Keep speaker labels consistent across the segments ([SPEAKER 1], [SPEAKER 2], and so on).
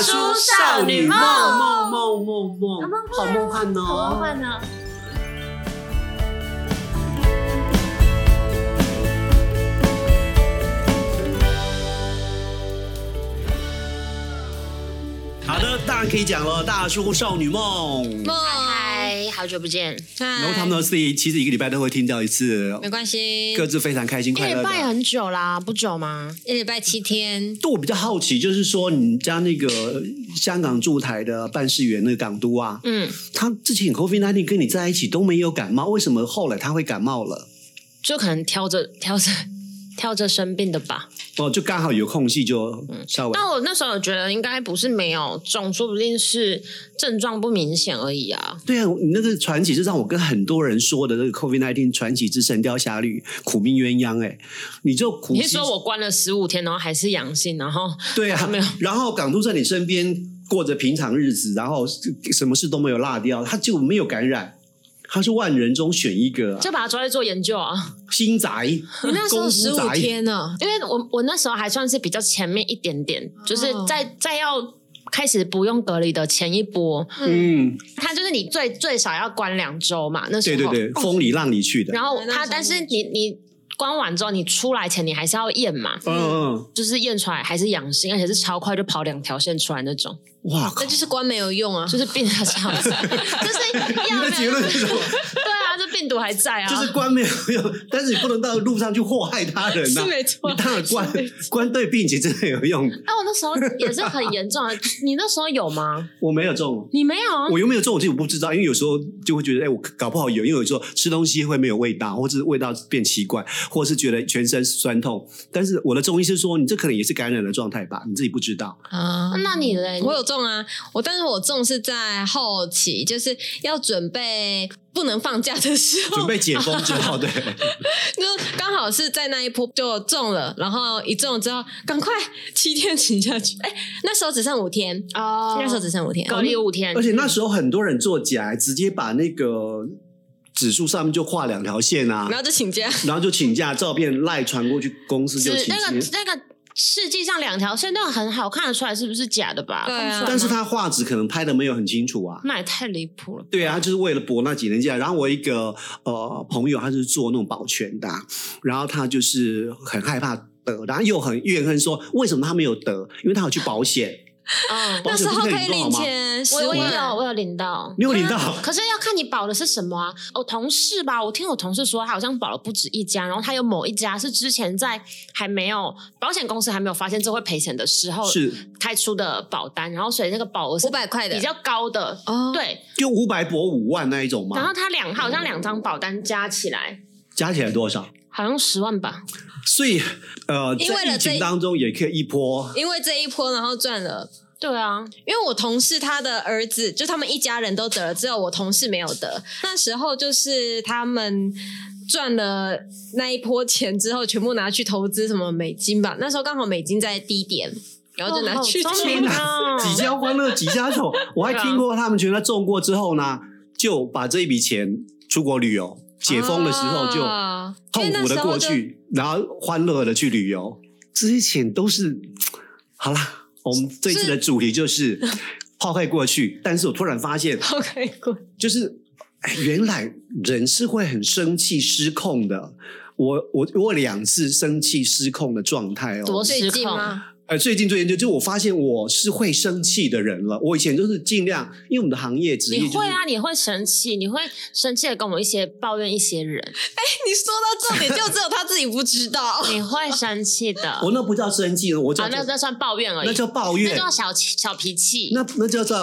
[SPEAKER 1] 少女梦
[SPEAKER 2] 梦梦梦
[SPEAKER 1] 啊
[SPEAKER 2] 梦
[SPEAKER 1] 梦，
[SPEAKER 2] 好梦幻哦！
[SPEAKER 1] 好梦幻呢。
[SPEAKER 2] 好的，当然可以讲了，大叔少女梦。
[SPEAKER 3] 梦，哦
[SPEAKER 1] 嗨，哎好久不见，
[SPEAKER 3] 然
[SPEAKER 2] 然后他们都是其实一个礼拜都会听到一次，
[SPEAKER 3] 哎没关系，
[SPEAKER 2] 各自非常开心
[SPEAKER 1] 一
[SPEAKER 2] 快
[SPEAKER 1] 礼
[SPEAKER 2] 乐的。
[SPEAKER 1] 拜很啊久啦，不久吗？
[SPEAKER 3] 一礼拜七天，
[SPEAKER 2] 对我比较好奇，就是说你们家那个香港驻台的办事员那个港都啊，
[SPEAKER 1] 嗯，
[SPEAKER 2] 他之前 COVID 19跟你在一起都没有感冒，为什么后来他会感冒了？
[SPEAKER 1] 就可能挑着 挑着挑着生病的吧。
[SPEAKER 2] 哦，就刚好有空隙就稍微
[SPEAKER 1] 但我那时候有觉得应该不是没有中，说不定是症状不明显而已啊。
[SPEAKER 2] 对啊，你那个传奇是让我跟很多人说的那个 COVID 19传奇之神雕侠侣苦命鸳鸯哎、你就苦
[SPEAKER 1] 你
[SPEAKER 2] 其
[SPEAKER 1] 是说我关了十五天，然后还是阳性，然后
[SPEAKER 2] 对啊
[SPEAKER 1] 没有，
[SPEAKER 2] 然后港都在你身边过着平常日子，然后什么事都没有落掉，他就没有感染，他是万人中选一个、啊，
[SPEAKER 1] 就把它抓去做研究啊？
[SPEAKER 2] 新宅，
[SPEAKER 3] 你那时候
[SPEAKER 2] 功
[SPEAKER 3] 十
[SPEAKER 2] 夫
[SPEAKER 3] 五
[SPEAKER 2] 宅。
[SPEAKER 3] 天呢，
[SPEAKER 1] 因为我我那时候还算是比较前面一点点，就是
[SPEAKER 3] 哦
[SPEAKER 1] 在在要开始不用隔离的前一波，
[SPEAKER 2] 嗯，
[SPEAKER 1] 它就是你最最少要关两周嘛，那时
[SPEAKER 2] 对
[SPEAKER 1] 候
[SPEAKER 2] 对对，风里浪里去的，
[SPEAKER 1] 然后
[SPEAKER 3] 对那时
[SPEAKER 1] 它
[SPEAKER 3] 候
[SPEAKER 1] 但是你你关完之后，你出来前你还是要验嘛，
[SPEAKER 2] 嗯嗯，
[SPEAKER 1] 就是验出来还是阳性，而且是超快就跑两条线出来那种，
[SPEAKER 2] 哇靠
[SPEAKER 3] 那！就是关没有用啊，
[SPEAKER 1] 就是病的这样 子，就是
[SPEAKER 2] 你
[SPEAKER 1] 要
[SPEAKER 2] 的
[SPEAKER 1] 没
[SPEAKER 2] 结
[SPEAKER 1] 有
[SPEAKER 2] 论是什么？
[SPEAKER 1] 对啊，这病毒还在啊，
[SPEAKER 2] 就是关没有 用，但是你不能到路上去祸害他人呐、
[SPEAKER 1] 没错
[SPEAKER 2] 你当然关关对病情真的有用，
[SPEAKER 1] 哎，我那时候也是很严重啊，你那时候有吗？
[SPEAKER 2] 我没有中。
[SPEAKER 1] 你没有啊？
[SPEAKER 2] 我有没有中，我自己不知道，因为有时候就会觉得，哎，我搞不好有，因为有时候吃东西会没有味道，或者是味道变奇怪，或者是觉得全身酸痛。但是我的中医是说，你这可能也是感染的状态吧，你自己不知道。
[SPEAKER 3] 啊
[SPEAKER 1] 那你嘞？
[SPEAKER 3] 我有中啊，我但是我中是在后期，就是要准备不能放假的时
[SPEAKER 1] 哦
[SPEAKER 3] 候，
[SPEAKER 2] 准备解封之后， 对，
[SPEAKER 3] 就刚好是在那一波就中了，然后一中了之后，赶快七天请下去，哎，那时候只剩五天，
[SPEAKER 1] 哦
[SPEAKER 3] 那时候只剩五天，
[SPEAKER 1] 隔离五天
[SPEAKER 2] 而，且那时候很多人做假，直接把那个指数上面就画两条线啊
[SPEAKER 3] 然，后就请假，
[SPEAKER 2] 然后就请假，照片赖传过去，公司就
[SPEAKER 1] 只
[SPEAKER 2] 请
[SPEAKER 1] 那个
[SPEAKER 2] 假。
[SPEAKER 1] 那个世界上两条线那种很好看得出来是不是假的吧？
[SPEAKER 3] 对啊
[SPEAKER 1] 看不出来吗
[SPEAKER 2] 但是他画质可能拍的没有很清楚啊。
[SPEAKER 1] 那也太离谱了。
[SPEAKER 2] 对啊，他就是为了博那几年假。然后我一个呃朋友，他是做那种保全的啊、然后他就是很害怕得，然后又很怨恨说为什么他没有得，因为他有去保险，
[SPEAKER 1] 嗯，
[SPEAKER 2] 保
[SPEAKER 3] 那时
[SPEAKER 2] 险不
[SPEAKER 3] 候
[SPEAKER 2] 可
[SPEAKER 3] 可
[SPEAKER 2] 以
[SPEAKER 3] 以
[SPEAKER 2] 领
[SPEAKER 3] 领
[SPEAKER 2] 好吗？
[SPEAKER 3] 钱十
[SPEAKER 1] 我
[SPEAKER 3] 五
[SPEAKER 1] 我也
[SPEAKER 3] 万
[SPEAKER 1] 有我有领到，啊
[SPEAKER 2] 你有领到？
[SPEAKER 1] 可是要看你保的是什么啊？我同事吧，我听我同事说，他好像保了不止一家，然后他有某一家是之前在还没有保险公司还没有发现这会赔钱的时
[SPEAKER 3] 哦
[SPEAKER 1] 候
[SPEAKER 2] 是
[SPEAKER 1] 开出的保单，然后所以那个保额是
[SPEAKER 3] 五百块的
[SPEAKER 1] 比较高的。
[SPEAKER 3] 哦，
[SPEAKER 1] 对，
[SPEAKER 2] 就五百博五万那一种
[SPEAKER 1] 然
[SPEAKER 2] 吗
[SPEAKER 1] 后？他两好像两张保单加起来
[SPEAKER 2] 加起来多少？
[SPEAKER 1] 好像十万吧，
[SPEAKER 2] 所以呃，
[SPEAKER 3] 因为
[SPEAKER 2] 在疫
[SPEAKER 3] 了这
[SPEAKER 2] 情
[SPEAKER 3] 一
[SPEAKER 2] 当中也可以一波。
[SPEAKER 3] 因为这一波然后赚了。
[SPEAKER 1] 对啊，
[SPEAKER 3] 因为我同事他的儿子，就他们一家人都得了，只有我同事没有得。那时候就是他们赚了那一波钱之后，全部拿去投资什么美金吧。那时候刚好美金在低点，然后就拿去
[SPEAKER 1] 哦
[SPEAKER 3] 投
[SPEAKER 1] 好
[SPEAKER 3] 资。
[SPEAKER 1] 聪
[SPEAKER 2] 天
[SPEAKER 1] 明
[SPEAKER 2] 哪，
[SPEAKER 1] 啊
[SPEAKER 2] 几家欢乐几家愁。我还听过他们觉得中过之后呢，就把这一笔钱出国旅游，解封的时候就
[SPEAKER 3] 啊
[SPEAKER 2] 痛苦的过， 去，然后欢乐的去旅游，这些钱都是好啦，我们这一次的主题就是 抛开过去，但是我突然发现，
[SPEAKER 3] 因为那时候就 OK 过。
[SPEAKER 2] 就是哎原来人是会很生气失控的。我我我有两次生气失控的状态哦，
[SPEAKER 1] 多
[SPEAKER 3] 最
[SPEAKER 1] 失
[SPEAKER 3] 近
[SPEAKER 1] 控。
[SPEAKER 3] 吗？
[SPEAKER 2] 呃，最近最近就就我发现我是会生气的人了。我以前就是尽量，因为我们的行业职业、就
[SPEAKER 1] 你
[SPEAKER 2] 是，
[SPEAKER 1] 会啊，你会生气，你会生气的跟我一些抱怨一些人，
[SPEAKER 3] 你说到重点，就只有他自己不知道。
[SPEAKER 1] 你会生气的。
[SPEAKER 2] 我那不叫生气，哦我叫
[SPEAKER 1] 啊，
[SPEAKER 2] 做、
[SPEAKER 1] 那那算抱怨而已，
[SPEAKER 2] 那叫抱
[SPEAKER 1] 那
[SPEAKER 2] 怨，
[SPEAKER 1] 叫小气小脾气。
[SPEAKER 2] 那那叫做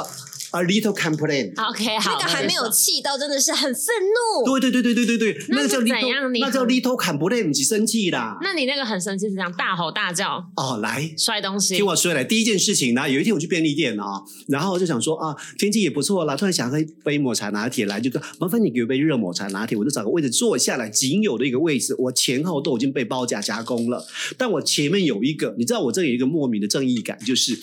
[SPEAKER 2] a little complain。
[SPEAKER 1] 好 OK，好，
[SPEAKER 3] 那个还没有
[SPEAKER 1] 那就
[SPEAKER 3] 气到，真的是很愤
[SPEAKER 2] 对
[SPEAKER 3] 怒。
[SPEAKER 2] 对对对对对对，
[SPEAKER 1] 那
[SPEAKER 2] 个叫
[SPEAKER 1] 是怎
[SPEAKER 2] little，
[SPEAKER 1] 样你嗯
[SPEAKER 2] 那叫 little complain，不是生气啦
[SPEAKER 1] 算。那你那个很生气是这样，大吼大叫，
[SPEAKER 2] 哦，来。
[SPEAKER 1] 摔东西
[SPEAKER 2] 听。我说来，第一件事情呢，有一天我去便利店啊、然后我就想说啊，天气也不错啦，突然想喝一杯抹茶拿铁来，就说麻烦你给我一杯热抹茶拿铁，我就找个位置坐下来，仅有的一个位置，我前后都已经被包夹夹攻了，但我前面有一个，你知道我这里有一个莫名的正义感，就是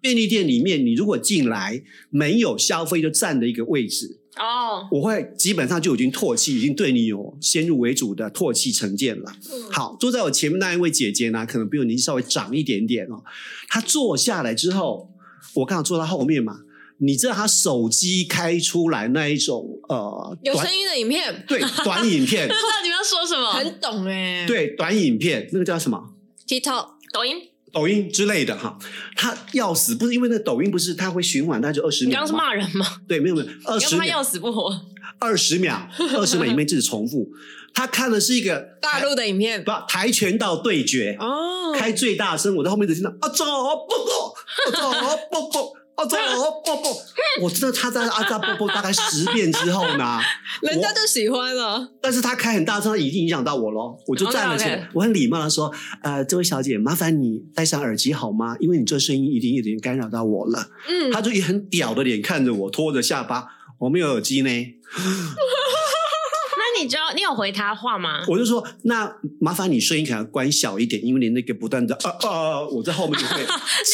[SPEAKER 2] 便利店里面你如果进来没有消费就占的一个位置，
[SPEAKER 1] 哦，
[SPEAKER 2] 我会基本上就已经唾弃，已经对你有先入为主的唾弃成见了。
[SPEAKER 1] 嗯
[SPEAKER 2] 好，坐在我前面那一位姐姐呢，可能比我年纪稍微长一点点哦。她坐下来之后，我刚好坐他后面嘛，你知道他手机开出来那一种呃
[SPEAKER 3] 有
[SPEAKER 2] 短
[SPEAKER 3] 声音的影片，
[SPEAKER 2] 对短影片，
[SPEAKER 1] 不知道你们要说什么？
[SPEAKER 3] 很懂嗯哎、
[SPEAKER 2] 对短影片那个叫什么？
[SPEAKER 3] ，TikTok
[SPEAKER 1] 抖音，
[SPEAKER 2] 抖音之类的哈，他要死不是因为那抖音不是它会循环，那就二十
[SPEAKER 1] 你
[SPEAKER 2] 秒
[SPEAKER 1] 刚
[SPEAKER 2] 嘛。
[SPEAKER 1] 刚是骂人吗？
[SPEAKER 2] 对，没有没有，二
[SPEAKER 1] 你要
[SPEAKER 2] 十
[SPEAKER 1] 不他
[SPEAKER 2] 秒
[SPEAKER 1] 要死不活，
[SPEAKER 2] 二十秒二十秒里面就是重复。他看的是一个
[SPEAKER 3] 大陆的影片
[SPEAKER 2] 不跆拳道对决，
[SPEAKER 3] 哦，
[SPEAKER 2] 开最大声，我在后面只听到啊走不不，啊走不不。啊走不不， 我知道他在啊扎不不大概十遍之后呢，
[SPEAKER 3] 人家就喜欢了，
[SPEAKER 2] 但是他开很大声，已经影响到我咯，我就站了起
[SPEAKER 1] OK，OK
[SPEAKER 2] 来，我很礼貌的说，呃，这位小姐，麻烦你戴上耳机好吗？因为你这声音一定有点干扰到我了。
[SPEAKER 3] 嗯，
[SPEAKER 2] 他就以很屌的脸看着我，拖着下巴，我没有耳机呢，
[SPEAKER 1] 那你就要你有回他话吗？
[SPEAKER 2] 我就说，那麻烦你声音可能关小一点，因为你那个不断的啊啊，啊我在后面就 会吃
[SPEAKER 1] 你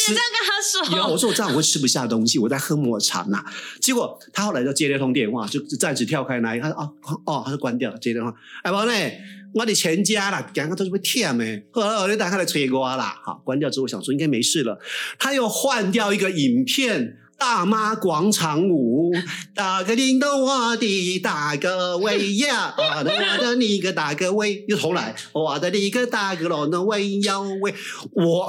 [SPEAKER 1] 这。样跟他说，
[SPEAKER 2] 有，我说我这样我会吃不下东西，我在喝抹茶呐。结果他后来就接了一通电话，就就暂时跳开那一，他说哦哦，他就关掉了，接电话。哎，王磊，我的全家啦，感觉都是被骗的，后来我就打开来催我啦。好，关掉之后想说应该没事了，他又换掉一个影片。大妈广场舞，打个叮咚，我的打个喂呀，我的我的你个打个喂，又重来，我的你个打个咯那喂呀喂，我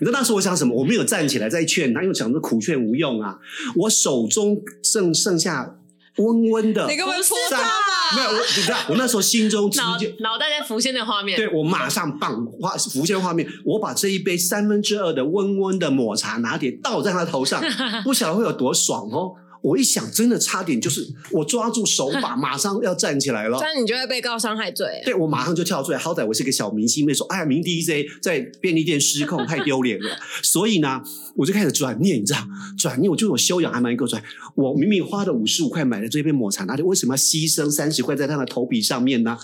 [SPEAKER 2] 你知道那时候我想什么？我没有站起来再劝他，因为想说苦劝无用啊。我手中剩剩下温温的
[SPEAKER 3] 你
[SPEAKER 2] 三，
[SPEAKER 3] 根本泼
[SPEAKER 2] 三
[SPEAKER 3] 他吧
[SPEAKER 2] 没有，我你知道，我那时候心中直
[SPEAKER 1] 脑
[SPEAKER 2] 接。
[SPEAKER 1] 脑袋在浮现的画面，
[SPEAKER 2] 对，我马上棒画浮现画面，我把这一杯三分之二的温温的抹茶拿铁倒在他头上，不晓得会有多爽哦！我一想，真的差点就是我抓住手把，马上要站起来了
[SPEAKER 3] 这。样你就会被告伤害罪。
[SPEAKER 2] 对我马上就跳出来，好歹我是个小明星，没说哎呀，名 DJ 在便利店失控，太丢脸了。所以呢，我就开始转念，你知道，转念我就有修养，还蛮够转。我明明花了五十五块买了这杯抹茶拿铁，为什么要牺牲三十块在他的头皮上面呢？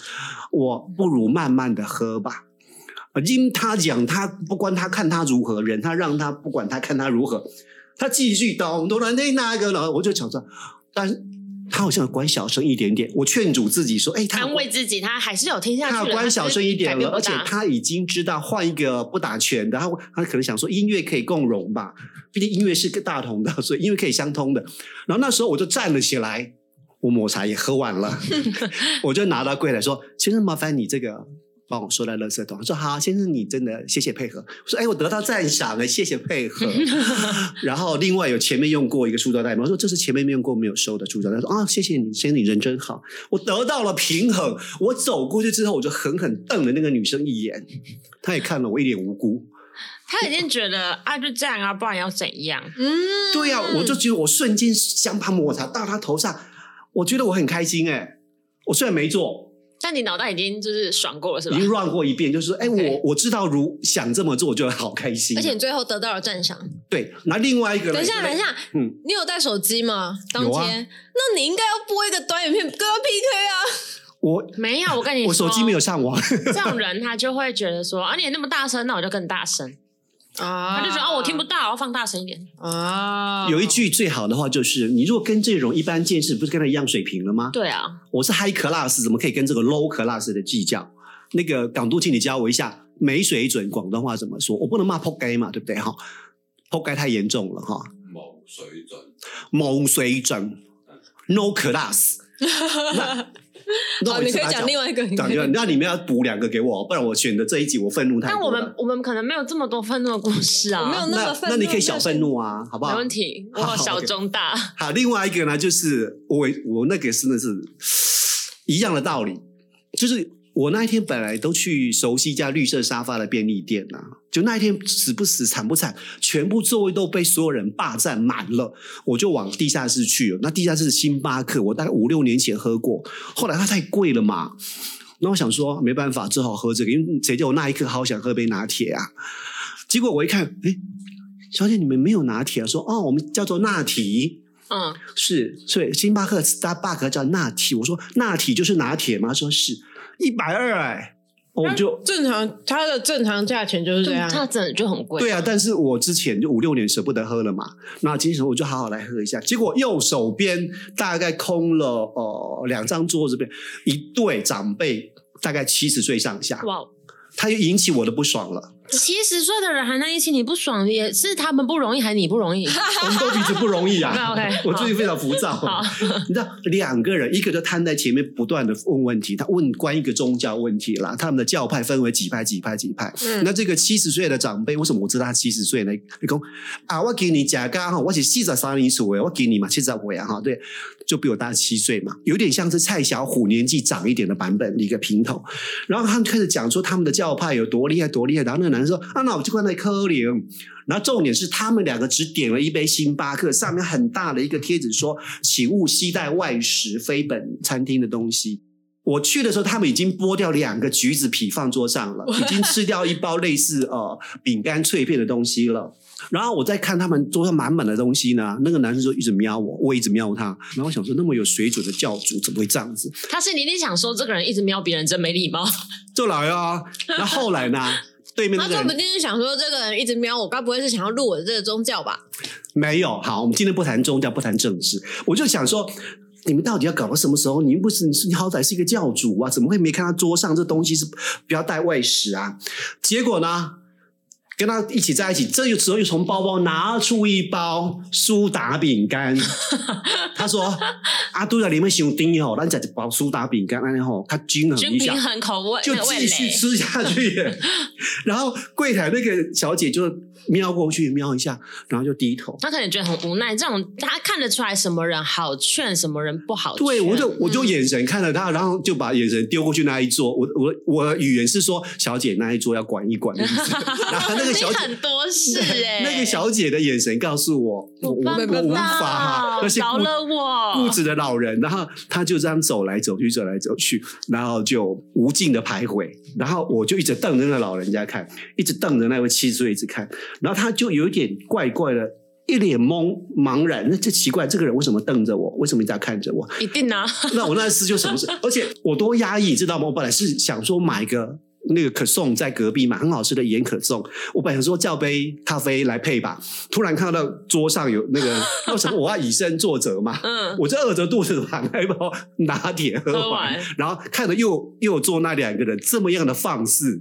[SPEAKER 2] 我不如慢慢的喝吧。呃因他讲他不管他看他如何，忍他让他不管他看他如何，他继续咚咚咚那那个了，我就想说，但是他好像有关小声一点点。我劝阻自己说，哎，他有
[SPEAKER 1] 安慰自己，他还是有听下去
[SPEAKER 2] 他
[SPEAKER 1] 了。
[SPEAKER 2] 关小声一点了，
[SPEAKER 1] 了，
[SPEAKER 2] 而且他已经知道换一个不打拳的，他会他可能想说音乐可以共融吧，毕竟音乐是个大同的， 所以音乐可以相通的。然后那时候我就站了起来，我抹茶也喝完 了，我就拿到柜台说：“先生，麻烦你这个。”帮我收到垃圾桶，他说好，先生，你真的谢谢配合。我说，哎，我得到赞赏了，谢谢配 合。然后另外有前面用过一个塑料袋吗？我说这是前面用过没有收的塑料袋。他说啊，谢谢你，先生，你人真好。我得到了平衡。我走过去之后，我就狠狠瞪了那个女生一眼，她也看了我一脸无辜。
[SPEAKER 1] 他已经觉得啊，就这样啊，不然要怎样？
[SPEAKER 3] 嗯，
[SPEAKER 2] 对呀、我就觉得我瞬间想把抹茶到她头上，我觉得我很开心哎、我虽然没做，
[SPEAKER 1] 但你脑袋已经就是爽过了，是
[SPEAKER 2] 已
[SPEAKER 1] 吧？
[SPEAKER 2] 经 run 过一遍，就是说哎、
[SPEAKER 1] OK
[SPEAKER 2] 我我知道如想这么做，我就好开心。
[SPEAKER 3] 而且你最后得到了赞赏。
[SPEAKER 2] 对，那另外一个呢，
[SPEAKER 3] 等一下，等一下，
[SPEAKER 2] 嗯，
[SPEAKER 3] 你有带手机吗？当
[SPEAKER 2] 有啊
[SPEAKER 3] 天，那你应该要播一个短影片跟他 PK 啊。
[SPEAKER 2] 我
[SPEAKER 1] 没有，我跟你说，
[SPEAKER 2] 我手机没有上网，
[SPEAKER 3] 嗯
[SPEAKER 1] 这种人，他就会觉得说啊，你那么大声，那我就更大声。
[SPEAKER 3] 啊
[SPEAKER 1] 他就觉得哦，我听不到，我要放大声一点。
[SPEAKER 3] 啊
[SPEAKER 2] 有一，句最好的话就是，你如果跟这种一般见识，不是跟他一样水平了吗？
[SPEAKER 1] 对啊，
[SPEAKER 2] 我是 high class，怎么可以跟这个 low class 的计较？那个港督，请你教我一下，没水准广东话怎么说？我不能骂扑街嘛，对不对哈？扑街太严重了哈，
[SPEAKER 4] 某水准，
[SPEAKER 2] 冇水准，no class。那那
[SPEAKER 3] 好，
[SPEAKER 2] 我一
[SPEAKER 3] 哦你
[SPEAKER 2] 次
[SPEAKER 3] 可以
[SPEAKER 2] 拿
[SPEAKER 3] 讲另外一个，
[SPEAKER 2] 讲另外，那你们要补两个给我，不然我选的这一集我愤怒太多
[SPEAKER 1] 但
[SPEAKER 2] 了。
[SPEAKER 1] 我们我们可能没有这么多愤怒的故事啊，
[SPEAKER 3] 我没 有
[SPEAKER 2] 那
[SPEAKER 3] 那个愤
[SPEAKER 2] 那
[SPEAKER 3] 怒
[SPEAKER 2] 你可以小愤怒啊，好不好？
[SPEAKER 1] 没 问题，我
[SPEAKER 2] 好
[SPEAKER 1] 有小
[SPEAKER 2] OK
[SPEAKER 1] 中大，
[SPEAKER 2] 好，另外一个呢，就是我我那个真的是 一样的道理，就是我那一天本来都去熟悉一家绿色沙发的便利店啊，就那一天死不死惨不惨，全部座位都被所有人霸占满了，我就往地下室去了。那地下室是星巴克，我大概五六年前喝过，后来它太贵了嘛。那我想说，没办法，只好喝这个，因为谁叫我那一刻好想喝杯拿铁啊！结果我一看，哎，小姐，你们没有拿铁啊？说哦，我们叫做拿提。
[SPEAKER 1] 嗯，
[SPEAKER 2] 是，所以星巴克 Starbucks 叫拿铁。我说拿铁就是拿铁吗？他说是，一百二哎，我就
[SPEAKER 3] 正常，它的正常价钱就
[SPEAKER 2] 啊
[SPEAKER 3] 是这样。
[SPEAKER 1] 他真的就很贵，
[SPEAKER 2] 对啊，但是我之前就五六年舍不得喝了嘛，那今天我就好好来喝一下。结果右手边大概空了呃两张桌子边一对长辈，大概七十岁上下，
[SPEAKER 1] 哇，
[SPEAKER 2] 他就引起我的不爽了。
[SPEAKER 1] 七十岁的人还在一起，你不爽也是他们不容易，还你不容 易。
[SPEAKER 2] 我们都彼此不容易 啊。
[SPEAKER 1] OK，
[SPEAKER 2] 我最近非常浮
[SPEAKER 1] 好
[SPEAKER 2] 躁， 你知道，两个人，一个就摊在前面，不断的问问题，他问关于一个宗教问题啦，他们的教派分为几派、几派、几派。
[SPEAKER 3] 嗯
[SPEAKER 2] 那这个七十岁的长辈，为什么我知道他七十岁呢？你讲啊，我给你假咖哈，我是四十三年属的，我给你嘛七十五呀哈，对，就比我大七岁嘛，有点像是蔡小虎年纪长一点的版本的一个平头。然后他们开始讲说他们的教派有多厉害多厉害，然后那个男人说啊，那我就关在科林。然后重点是他们两个只点了一杯星巴克，上面很大的一个贴纸说请勿携带外食非本餐厅的东西。我去的时候，他们已经剥掉两个橘子皮放桌上了，已经吃掉一包类似呃饼干脆片的东西了。然后我在看他们桌上满满的东西呢，那个男生就一直瞄我，我也一直瞄他。然后我想说，那么有水准的教主怎么会这样子？
[SPEAKER 1] 他是你一定想说这个人一直瞄别人，真没礼貌。
[SPEAKER 2] 就来啊！那后来呢？对面那
[SPEAKER 3] 他
[SPEAKER 2] 个
[SPEAKER 3] 说不
[SPEAKER 2] 人
[SPEAKER 3] 定是想说这个人一直瞄我，该不会是想要入我的这个宗教吧？
[SPEAKER 2] 没有。好，我们今天不谈宗教，不谈政治，我就想说。你们到底要搞到什么时候？你又不是你是你好歹是一个教主啊，怎么会没看他桌上这东西是不要带外食啊？结果呢，跟他一起在一起，这又时候又从包包拿出一包苏打饼 干，他说：“阿杜在里面想丁哦，咱吃一包苏打饼干，然后他均衡
[SPEAKER 1] 均
[SPEAKER 2] 一下
[SPEAKER 1] 平，衡口味，
[SPEAKER 2] 就
[SPEAKER 1] 那个味
[SPEAKER 2] 继续
[SPEAKER 1] 蕾。
[SPEAKER 2] 吃下 去耶。然后柜台那个小姐就瞄过去瞄一下，然后就低头。
[SPEAKER 1] 他可能觉得很无奈，这种他看得出来什么人好劝，什么人不好劝。
[SPEAKER 2] 对，我就我
[SPEAKER 1] 嗯
[SPEAKER 2] 就眼神看着她，然后就把眼神丢过去那一桌。我我我语言是说，小姐那一桌要管一管的意 思。然后那个小
[SPEAKER 1] 你
[SPEAKER 2] 姐。
[SPEAKER 1] 很多事哎、
[SPEAKER 2] 那个小姐的眼神告诉我，我
[SPEAKER 1] 我
[SPEAKER 2] 我
[SPEAKER 1] 办
[SPEAKER 2] 我
[SPEAKER 1] 不
[SPEAKER 2] 无
[SPEAKER 1] 到，
[SPEAKER 2] 法，那些
[SPEAKER 1] 啊饶
[SPEAKER 2] 固
[SPEAKER 1] 了我，
[SPEAKER 2] 固执的老人，然后他就这样走来走去，走来走去，然后就无尽的徘徊，然后我就一直瞪着那老人家看，一直瞪着那位七十岁一直看，然后他就有点怪怪的，一脸懵茫然，那这奇怪，这个人为什么瞪着我？为什么一直在看着我？
[SPEAKER 1] 一定啊，
[SPEAKER 2] 那我那次就什么事，而且我多压抑，知道吗？我本来是想说买个。那个可颂在隔壁买很好吃的盐可颂，我本来想说叫杯咖啡来配吧，突然看到桌上有那个，那什么我要以身作则嘛，
[SPEAKER 1] 嗯，
[SPEAKER 2] 我这饿着肚子把那一包拿铁喝完，
[SPEAKER 1] 喝完
[SPEAKER 2] 然后看着又又做那两个人这么样的放肆，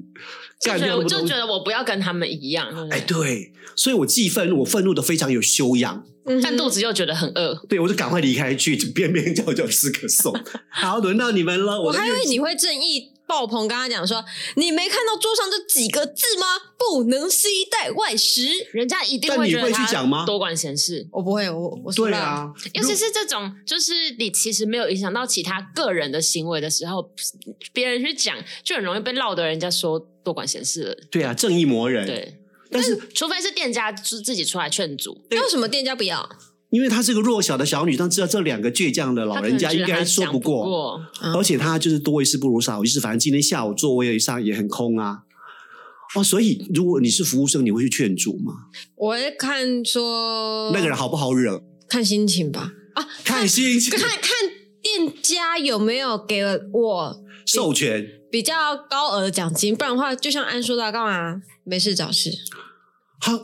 [SPEAKER 1] 就
[SPEAKER 2] 干
[SPEAKER 1] 觉
[SPEAKER 2] 掉
[SPEAKER 1] 得
[SPEAKER 2] 那
[SPEAKER 1] 我
[SPEAKER 2] 么多
[SPEAKER 1] 就
[SPEAKER 2] 东西
[SPEAKER 1] 觉。得我不要跟他们一样，对不对
[SPEAKER 2] 哎，对，所以我既愤怒，我愤怒的非常有修养，
[SPEAKER 1] 但肚
[SPEAKER 3] 子
[SPEAKER 1] 子又觉得很饿，
[SPEAKER 2] 对我就赶快离开去，边边角角吃个送。好，轮到你们了，
[SPEAKER 3] 我
[SPEAKER 2] 的
[SPEAKER 3] 还以为
[SPEAKER 2] 运
[SPEAKER 3] 你会正义爆棚，跟他讲说你没看到桌上这几个字吗？不能携带外食。
[SPEAKER 1] 人家一定
[SPEAKER 2] 但你
[SPEAKER 1] 觉得
[SPEAKER 2] 会去
[SPEAKER 1] 他
[SPEAKER 2] 讲吗
[SPEAKER 1] 多管闲事。
[SPEAKER 3] 我不会，我我
[SPEAKER 2] 对，啊，
[SPEAKER 1] 尤其是这种，就是你其实没有影响到其他个人的行为的时候，别人去讲就很容易被落得人家说多管闲事了。
[SPEAKER 2] 对啊，正义魔人。，
[SPEAKER 1] 对，
[SPEAKER 2] 但是
[SPEAKER 1] 除非是店家自自己出来劝阻，
[SPEAKER 3] 为什么店家不要？
[SPEAKER 2] 因为她是个弱小的小女，但知道这两个倔强的老人家应该说
[SPEAKER 1] 不过。
[SPEAKER 3] 嗯
[SPEAKER 2] 而且他就是多一事不如少一事，反正今天下午座位上也很空啊。哦，所以如果你是服务生，你会去劝阻吗？
[SPEAKER 3] 我会看说
[SPEAKER 1] 呃
[SPEAKER 2] 那个人好不好惹？
[SPEAKER 3] 看心情吧，
[SPEAKER 2] 看心情
[SPEAKER 3] 看、看店家有没有给我
[SPEAKER 2] 授权
[SPEAKER 3] 比较高额的奖金，不然的话，就像安说的，干嘛没事找事？
[SPEAKER 2] 好。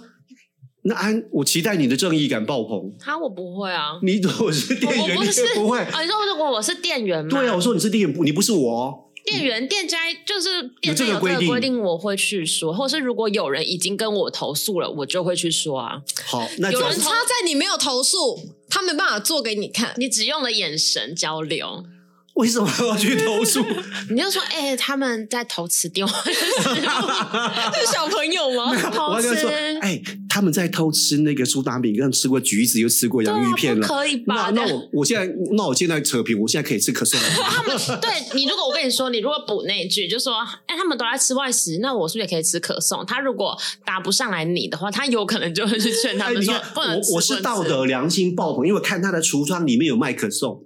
[SPEAKER 2] 那安，我期待你的正义感爆棚。
[SPEAKER 1] 他我不会啊，
[SPEAKER 2] 你如果是 店
[SPEAKER 1] 我
[SPEAKER 2] 员，
[SPEAKER 1] 我
[SPEAKER 2] 你
[SPEAKER 1] 不是
[SPEAKER 2] 也不会。
[SPEAKER 1] 啊，你说如果我是店员嘛，
[SPEAKER 2] 对啊，我说你是店员，不你不是我哦。
[SPEAKER 1] 店员、店家就是
[SPEAKER 2] 有
[SPEAKER 1] 店
[SPEAKER 2] 这
[SPEAKER 1] 家
[SPEAKER 2] 个
[SPEAKER 1] 有
[SPEAKER 2] 规
[SPEAKER 1] 这个
[SPEAKER 2] 定
[SPEAKER 1] 规定，我会去说，或是如果有人已经跟我投诉了，我就会去说啊。
[SPEAKER 2] 好，那
[SPEAKER 1] 有
[SPEAKER 2] 就
[SPEAKER 1] 人
[SPEAKER 3] 反差在你没有投诉，他没办法做给你看。
[SPEAKER 1] 你只用了眼神交流，
[SPEAKER 2] 为什么要去投诉？
[SPEAKER 1] 你就说：“哎、他们在投吃 电 话，
[SPEAKER 3] 是小朋友吗？
[SPEAKER 2] 我
[SPEAKER 1] 偷
[SPEAKER 2] 要跟他
[SPEAKER 1] 吃
[SPEAKER 2] 说，，哎，他们在偷吃那个苏打饼，跟吃过橘子，又吃过
[SPEAKER 1] 对
[SPEAKER 2] 洋
[SPEAKER 1] 啊，
[SPEAKER 2] 芋片
[SPEAKER 1] 不
[SPEAKER 2] 了。
[SPEAKER 1] 可以吧？”
[SPEAKER 2] 那那我我现在那我现在扯平，我现在可以吃可颂 了吗。
[SPEAKER 1] 他们 对你，如果我跟你说，你如果补那一句，就说：“哎、他们都在吃外食，那我是不是也可以吃可颂？”他如果答不上来你的话，他有可能就会去劝他
[SPEAKER 2] 哎，
[SPEAKER 1] 们
[SPEAKER 2] 你
[SPEAKER 1] 说
[SPEAKER 2] 看：“
[SPEAKER 1] 不能吃。”
[SPEAKER 2] 我我是道
[SPEAKER 1] 不能吃
[SPEAKER 2] 德良心爆棚，因为我看他的橱窗里面有卖可颂，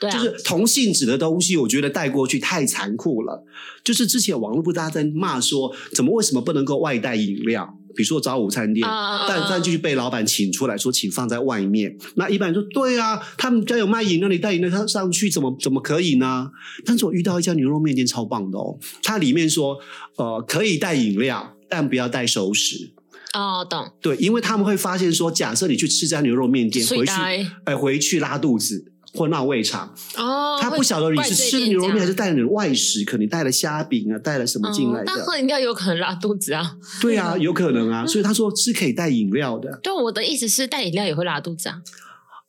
[SPEAKER 1] 对啊，
[SPEAKER 2] 就是同性质的东西，我觉得带过去太残酷了。就是之前网络不大家在骂说，怎么为什么不能够外带饮料？比如说找午餐店，
[SPEAKER 1] 啊
[SPEAKER 2] 但但就是被老板请出来说，请放在外面。那一般人说，对啊，他们家有卖饮料，你带饮料上上去，怎么怎么可以呢？但是我遇到一家牛肉面店超棒的哦，它里面说，呃，可以带饮料，但不要带熟食。
[SPEAKER 1] 哦，懂。
[SPEAKER 2] 对，因为他们会发现说，假设你去吃家牛肉面店，
[SPEAKER 1] 所
[SPEAKER 2] 回
[SPEAKER 1] 以
[SPEAKER 2] 去
[SPEAKER 1] 大家
[SPEAKER 2] 哎、回去拉肚子，或闹胃肠，
[SPEAKER 1] 哦，
[SPEAKER 2] 他不晓得你是吃了牛肉面还是带了你的外食，可能带了虾饼啊，带了什么进来的。
[SPEAKER 1] 哦但喝饮料有可能拉肚子啊。
[SPEAKER 2] 对啊，有可能啊，所以他说是可以带饮料的，
[SPEAKER 1] 对，我的意思是带饮料也会拉肚子啊。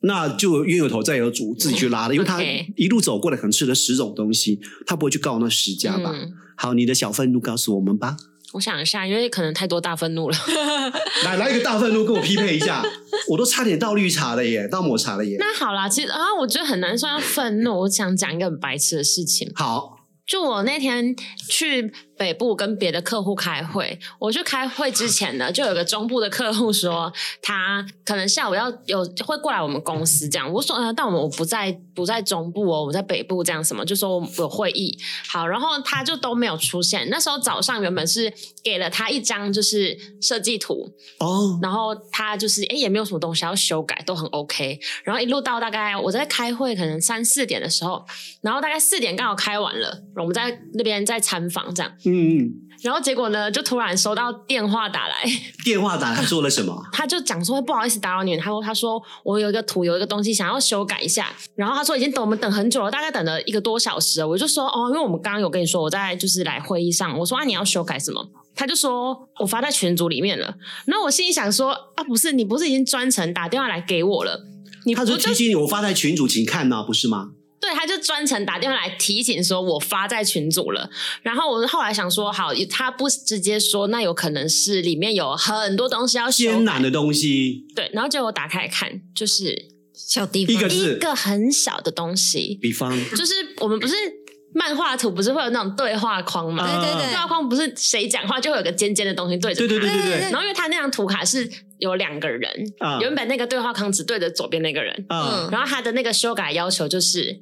[SPEAKER 2] 那就冤有头债有主，自己去拉的，因为他
[SPEAKER 1] OK
[SPEAKER 2] 一路走过来可能吃了十种东西，他不会去告那十家吧？
[SPEAKER 1] 嗯，
[SPEAKER 2] 好，你的小愤怒告诉我们吧，
[SPEAKER 1] 我想一下，因为可能太多大愤怒了。
[SPEAKER 2] 来来一个大愤怒跟我匹配一下，我都差点到绿茶了耶，到抹茶了耶。
[SPEAKER 1] 那好啦，其实啊，我觉得很难算到愤怒。我想讲一个很白痴的事情，
[SPEAKER 2] 好，
[SPEAKER 1] 就我那天去北部跟别的客户开会，我去开会之前呢，就有个中部的客户说，他可能下午要有会过来我们公司这样。我说，呃，但我们我不在不在中部哦，我在北部这样什么，就说我有会议。好，然后他就都没有出现。那时候早上原本是给了他一张就是设计图，
[SPEAKER 2] 哦，
[SPEAKER 1] 然后他就是哎也没有什么东西要修改，都很 OK。然后一路到大概我在开会，可能三四点的时候，然后大概四点刚好开完了，我们在那边在参访这样。
[SPEAKER 2] 嗯，
[SPEAKER 1] 然后结果呢，就突然收到电话打来，
[SPEAKER 2] 电话打来做了什么？
[SPEAKER 1] 他就讲说不好意思打扰你，他说他说我有一个图有一个东西想要修改一下，然后他说已经等我们等很久了，大概等了一个多小时了。我就说哦，因为我们刚刚有跟你说我在就是来会议上，我说啊你要修改什么？他就说我发在群组里面了。然后我心里想说啊不是你不是已经专程打电话来给我了？你不
[SPEAKER 2] 他
[SPEAKER 1] 就
[SPEAKER 2] 说提醒你，我发在群主，请看呐、不是吗？
[SPEAKER 1] 对，他就专程打电话来提醒说，我发在群组了。然后我后来想说，好，他不直接说，那有可能是里面有很多东西要修
[SPEAKER 2] 艰
[SPEAKER 1] 改。
[SPEAKER 2] 难的东西，
[SPEAKER 1] 对，然后结果我打开来看，就是
[SPEAKER 3] 小地
[SPEAKER 2] 一个
[SPEAKER 1] 一
[SPEAKER 2] 字，
[SPEAKER 1] 个很小的东西，
[SPEAKER 2] 比 方，
[SPEAKER 1] 就是我们不是漫画图，不是会有那种对话框吗？
[SPEAKER 3] 对对
[SPEAKER 2] 啊
[SPEAKER 1] 对
[SPEAKER 3] 对
[SPEAKER 1] 话框不是谁讲话就会有个尖尖的东西对着
[SPEAKER 2] 对对
[SPEAKER 1] 他
[SPEAKER 2] 对对对
[SPEAKER 1] 然后因为他那张图卡是有两个人，
[SPEAKER 2] 啊
[SPEAKER 1] 原本那个对话框只对着左边那个人，
[SPEAKER 2] 啊
[SPEAKER 3] 嗯
[SPEAKER 1] 然后他的那个修改要求就是，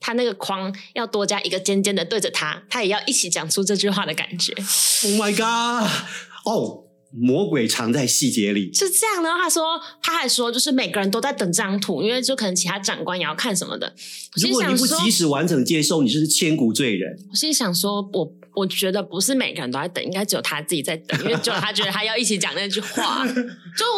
[SPEAKER 1] 他那个框要多加一个尖尖的对着他，他也要一起讲出这句话的感觉，
[SPEAKER 2] ！Oh my god！哦，魔鬼藏在细节里。
[SPEAKER 1] 是这样。然后他说，他还说，就是每个人都在等这张图，因为就可能其他长官也要看什么的。我
[SPEAKER 2] 如
[SPEAKER 1] 心
[SPEAKER 2] 果你
[SPEAKER 1] 想
[SPEAKER 2] 不
[SPEAKER 1] 说，
[SPEAKER 2] 及时完整接收，你就是千古罪人。
[SPEAKER 1] 我心想说，我我觉得不是每个人都在等，应该只有他自己在等，因为只有他觉得他要一起讲那句话。 就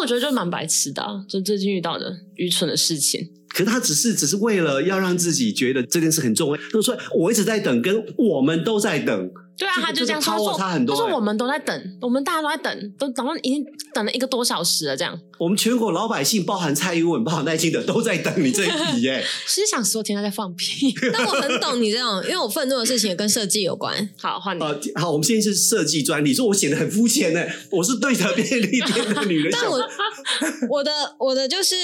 [SPEAKER 1] 我觉得就蛮白痴的啊、就最近遇到的愚蠢的事情。
[SPEAKER 2] 可是他只是只是为了要让自己觉得这件事很重要，就是说我一直在等，跟我们都在等，
[SPEAKER 1] 对啊，
[SPEAKER 2] 这个
[SPEAKER 1] 他就这样
[SPEAKER 2] 这个
[SPEAKER 1] 说，
[SPEAKER 2] 超我
[SPEAKER 1] 他说
[SPEAKER 2] 差很多
[SPEAKER 1] 他
[SPEAKER 2] 欸
[SPEAKER 1] 说我们都在等，我们大家都在等，都然后已经等了一个多小时了，这样。
[SPEAKER 2] 我们全国老百姓，包含蔡英文、包含赖清德，都在等你这一 笔耶。
[SPEAKER 1] 其实想说天他在放屁。
[SPEAKER 3] 但我很懂你这种，因为我愤怒的事情也跟设计 有关。
[SPEAKER 1] 好，换你。
[SPEAKER 2] 呃，好，我们现在是设计专利，说我显得很肤浅呢，我是对着便利店的女人
[SPEAKER 3] 但
[SPEAKER 2] 想
[SPEAKER 3] 我我的我的就是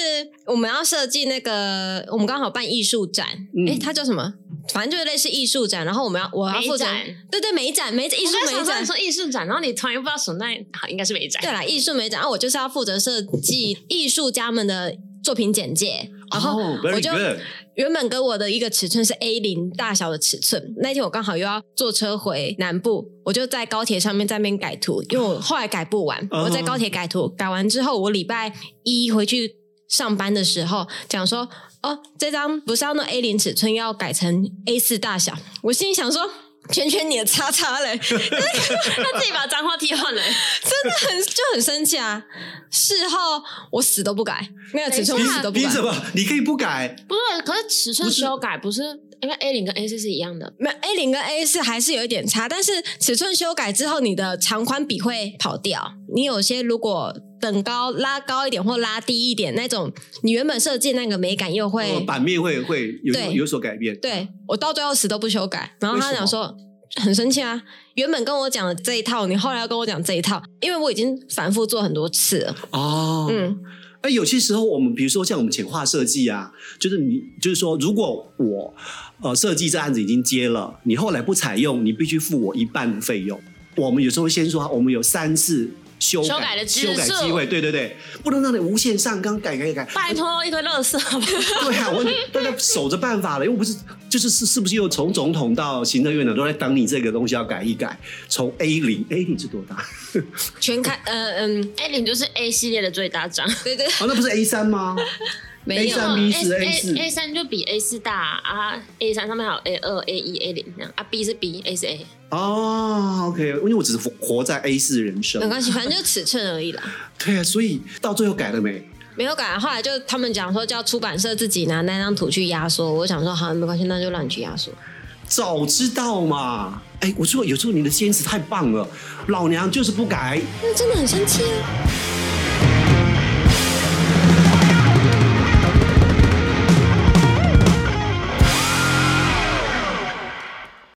[SPEAKER 3] 我们要设计那个，我们刚好办艺术展，
[SPEAKER 2] 嗯
[SPEAKER 3] 诶，它叫什么？反正就是类似艺术展，然后我们要我要负责
[SPEAKER 1] 美展，
[SPEAKER 3] 对对，美展美展艺
[SPEAKER 1] 艺
[SPEAKER 3] 术
[SPEAKER 1] 术
[SPEAKER 3] 美
[SPEAKER 1] 美展
[SPEAKER 3] 展。
[SPEAKER 1] 说艺啊术展，然后你突然又不知道什么，那好应该是美展。
[SPEAKER 3] 对啦，艺术美展，然后啊我就是要负责设计艺术家们的作品简介，然后
[SPEAKER 2] 哦
[SPEAKER 3] 我
[SPEAKER 2] ，very
[SPEAKER 3] 就
[SPEAKER 2] good，
[SPEAKER 3] 原本跟我的一个尺寸是 A 零大小的尺寸，那天我刚好又要坐车回南部，我就在高铁上面在那边改图，因为我后来改不完，
[SPEAKER 2] 嗯哼
[SPEAKER 3] 我在高铁改图，改完之后我礼拜一回去上班的时候讲说，哦，这张不是要弄 A 零尺寸，要改成 A 四大小，我心里想说。圈圈你的叉叉嘞，真
[SPEAKER 1] 他自己把脏话替换了，
[SPEAKER 3] 的很就很生气啊！事后我死都不改，那个尺寸我
[SPEAKER 1] 等一
[SPEAKER 3] 死
[SPEAKER 1] 下
[SPEAKER 3] 都不
[SPEAKER 2] 凭
[SPEAKER 3] 改
[SPEAKER 2] 什。么？你可以不改，
[SPEAKER 1] 不是？可是尺寸
[SPEAKER 2] 不是
[SPEAKER 1] 修改不是因为 A 零跟 A 四是一样的，
[SPEAKER 3] 没 A 零跟 A 四还是有一点差，但是尺寸修改之后，你的长宽比会跑掉。你有些如果等高拉高一点或拉低一点，那种你原本设计那个美感又会、
[SPEAKER 2] 呃版面会会有
[SPEAKER 3] 对
[SPEAKER 2] 有所改变。
[SPEAKER 3] 对我到最后死都不修改。然后他
[SPEAKER 2] 为什么
[SPEAKER 3] 讲说很生气啊，原本跟我讲的这一套，你后来要跟我讲这一套，因为我已经反复做很多次了。
[SPEAKER 2] 哦，
[SPEAKER 3] 嗯，
[SPEAKER 2] 哎，有些时候我们比如说像我们简化设计啊，就是你就是说，如果我呃设计这案子已经接了，你后来不采用，你必须付我一半的费用。我们有时候会先说，我们有三次修改
[SPEAKER 1] 修改的次数
[SPEAKER 2] 修改机会，对对对，不能让你无限上纲改改 改。
[SPEAKER 1] 拜托一堆垃圾好不好
[SPEAKER 2] 对啊，我大家守着办法了，又不是就是是是不是又从总统到行政院长都在等你这个东西要改一改？从 A 零 A 零是多大？
[SPEAKER 3] 全开，呃嗯，
[SPEAKER 1] ，A 零就是 A 系列的最大张，
[SPEAKER 3] 对对，
[SPEAKER 2] 哦，那不是 A 三吗？
[SPEAKER 3] 没有
[SPEAKER 2] A3 B 四
[SPEAKER 1] A
[SPEAKER 2] A4
[SPEAKER 1] 哦 A 三就比 A 四大啊，A 三上面还有 A 二、A 一、A 零那样啊，B 是 B，A 是 A。
[SPEAKER 2] 哦，OK，因为我只是活活在 A 四人生
[SPEAKER 3] 没。关系，反正就尺寸而已啦。
[SPEAKER 2] 对啊，所以到最后改了没？
[SPEAKER 3] 没有改。后来就他们讲说叫出版社自己拿那张图去压缩，我想说好，没关系，那就让你去压缩。
[SPEAKER 2] 早知道嘛！哎，我说有时候你的坚持太棒了，老娘就是不改。
[SPEAKER 3] 那真的很生气啊！